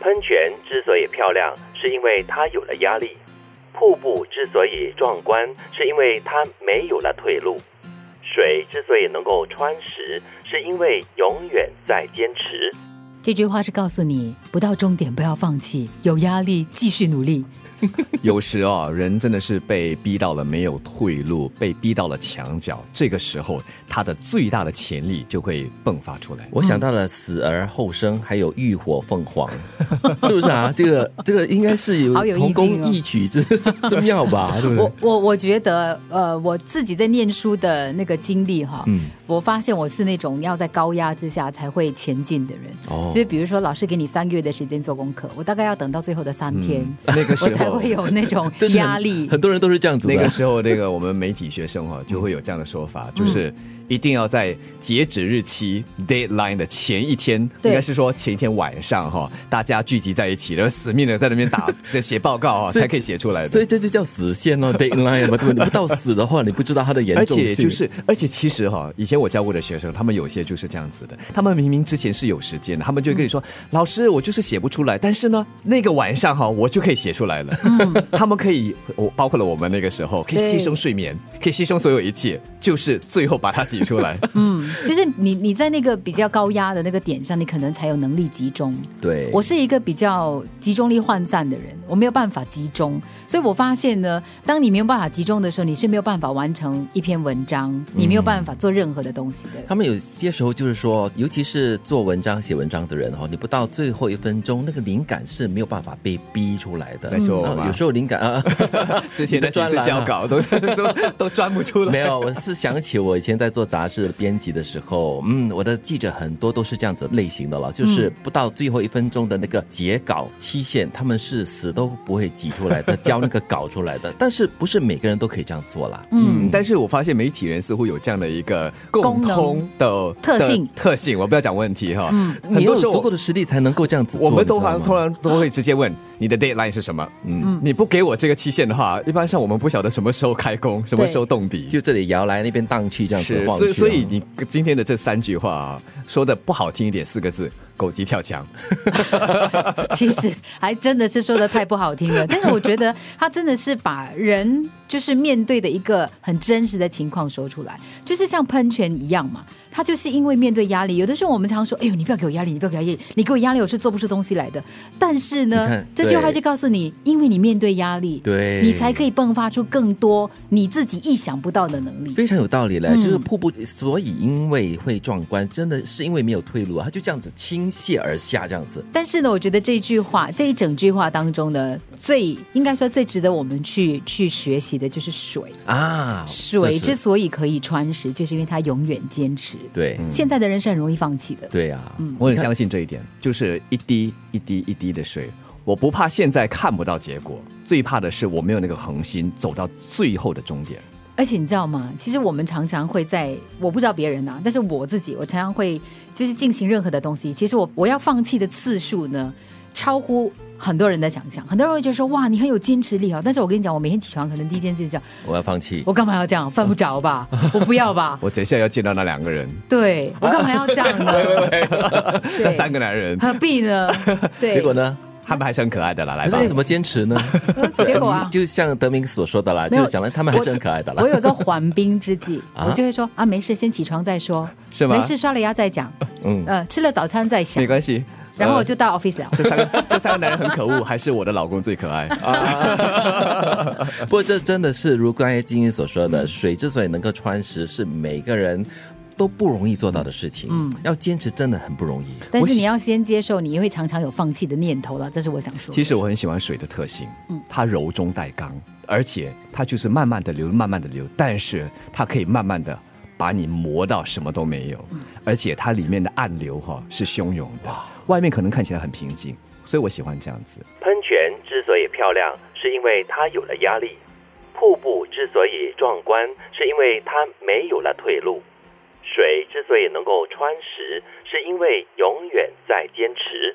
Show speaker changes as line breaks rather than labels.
喷泉之所以漂亮，是因为它有了压力；瀑布之所以壮观，是因为它没有了退路；水之所以能够穿石，是因为永远在坚持。
这句话是告诉你，不到终点不要放弃，有压力继续努力。
有时啊、人真的是被逼到了没有退路，被逼到了墙角。这个时候，他的最大的潜力就会迸发出来。
嗯
我想到了死而后生，还有浴火凤凰，是不是啊？这个这个应该是有
好有意
同
境
工
哦
异曲之之妙吧？对不对
我？我我觉得，呃，我自己在念书的那个经历哈，
嗯
我发现我是那种要在高压之下才会前进的人。
哦
所以，比如说老师给你三个月的时间做功课，我大概要等到最后的三天，
嗯 那个
我
时
才
候
会，有那 种
这是很
压力。
很多人都是这样子的。
那个时候，那个我们媒体学生哈、就会有这样的说法，就是
嗯
一定要在截止日期 deadline 的前一天，
对
应该是说前一天晚上哈、大家聚集在一起，然后死命的在那边 打在写报告啊、
所以
才可以写出来的。
所以这就叫死线哦，deadline 嘛，对不对？你不到死的话，你不知道它的严
而
重性。
且就是，而且其实哈、以前我教过的学生，他们有些就是这样子的。他们明明之前是有时间的，他们就会跟你说：“老师，我就是写不出来。”但是呢，那个晚上哈、我就可以写出来了。他们可以，我包括了我们那个时候，可以牺牲睡眠，可以牺牲所有一切，就是最后把它挤出来。
嗯，就是你你在那个比较高压的那个点上，你可能才有能力集中。
对，
我是一个比较集中力涣散的人，我没有办法集中，所以我发现呢，当你没有办法集中的时候，你是没有办法完成一篇文章，你没有办法做任何的东西的。
他们有些时候就是说，尤其是做文章、写文章的人哈、哦，你不到最后一分钟，那个灵感是没有办法被逼出来的。
在说我
然后
吗
有时候灵感啊，
之前的几
你
次
的专栏啊
交稿都都 都钻不出来。
没有，我是想起我以前在做杂志编辑的时候，嗯，我的记者很多都是这样子类型的了，就是不到最后一分钟的那个截稿期限，他们是死都不会挤出来的， 交那个稿出来的。但是不是每个人都可以这样做啦？
嗯，但是我发现媒体人似乎有这样的一个共
功能
通的
特
的
性
特性，我不要讲问题哈。嗯，
你要有足够的实力才能够这样子做。
我们
你
通
知道
常
吗
通常都会直接问你的 deadline 是什么？嗯，你不给我这个期限的话，一般上我们不晓得什么时候开工，什么时候动笔。
就这里摇来那边荡去，这样子
是，
晃
所以
去啊。
所以你今天的这三句话啊，说的不好听一点，四个字“狗急跳墙
其实还真的是说的太不好听 了，但是我觉得他真的是把人就是面对的一个很真实的情况说出来，就是像喷泉一样嘛。他就是因为面对压力，有的时候我们常说：“哎呦，你不要给我压力，你不要给我压力，你给我压力，我是做不出东西来的。”但是
你
呢
看，
这句话
对
就告诉你，因为你面对压力，
对
你才可以迸发出更多你自己意想不到的能力。
非常有道理嘞，
嗯
就是瀑布，所以因为会壮观，真的是因为没有退路啊，它就这样子倾泻而下，这样子。
但是呢，我觉得这一句话，这一整句话当中呢，最应该说最值得我们去去学习的就是水。
啊，
水
这
之
是
所以可以穿石，就是因为它永远坚持。
对、
现在的人是很容易放弃的。
对啊，”，
我很相信这一点，就是一滴一滴一滴的水，我不怕现在看不到结果，最怕的是我没有那个恒心走到最后的终点。
而且你知道吗？其实我们常常会在，我不知道别人啊，但是我自己，我常常会就是进行任何的东西，其实我我要放弃的次数呢，超乎很多人的想象。很多人会觉得说，哇，你很有坚持力啊！但是我跟你讲，我每天起床可能第一件事就讲，
我要放弃。
我干嘛要这样？犯不着 吧？我不要吧？
我等一下要见到那两个人，
对我干嘛要这样呢？对
那三个男 人，
何必 呢？对，
结果？呢？哎
他们还是很可爱的啦，来
可
吧
是你。怎么坚 持呢？
结果啊
你， 就像德明所说的啦，
没
就
有
是讲了他们还是很可爱的啦
我。有个缓兵之计，
啊
我就会说啊，没事，先起床再说，
是吗
没事，刷了牙再讲，
嗯
呃，吃了早餐再想
没，关系，
然后
呃
我就到 office 了。
这三个这三个男人很可恶，还是我的老公最可爱啊？
不过这真的是如刚才金英所说的，水之所以能够穿石，是每个人都不容易做到的事情。嗯，要坚持真的很不容易。
但
我
是
喜
你要先接受，你会常常有放弃的念头了，这是我想说的。
其实我很喜欢水的特性，它柔中带刚，而且它就是慢慢的流，慢慢的流，但是它可以慢慢的把你磨到什么都没有，而且它里面的暗流哈、是汹涌的，外面可能看起来很平静，所以我喜欢这样子。
喷泉之所以漂亮，是因为它有了压力；瀑布之所以壮观，是因为它没有了退路；水之所以能够穿石，是因为永远在坚持。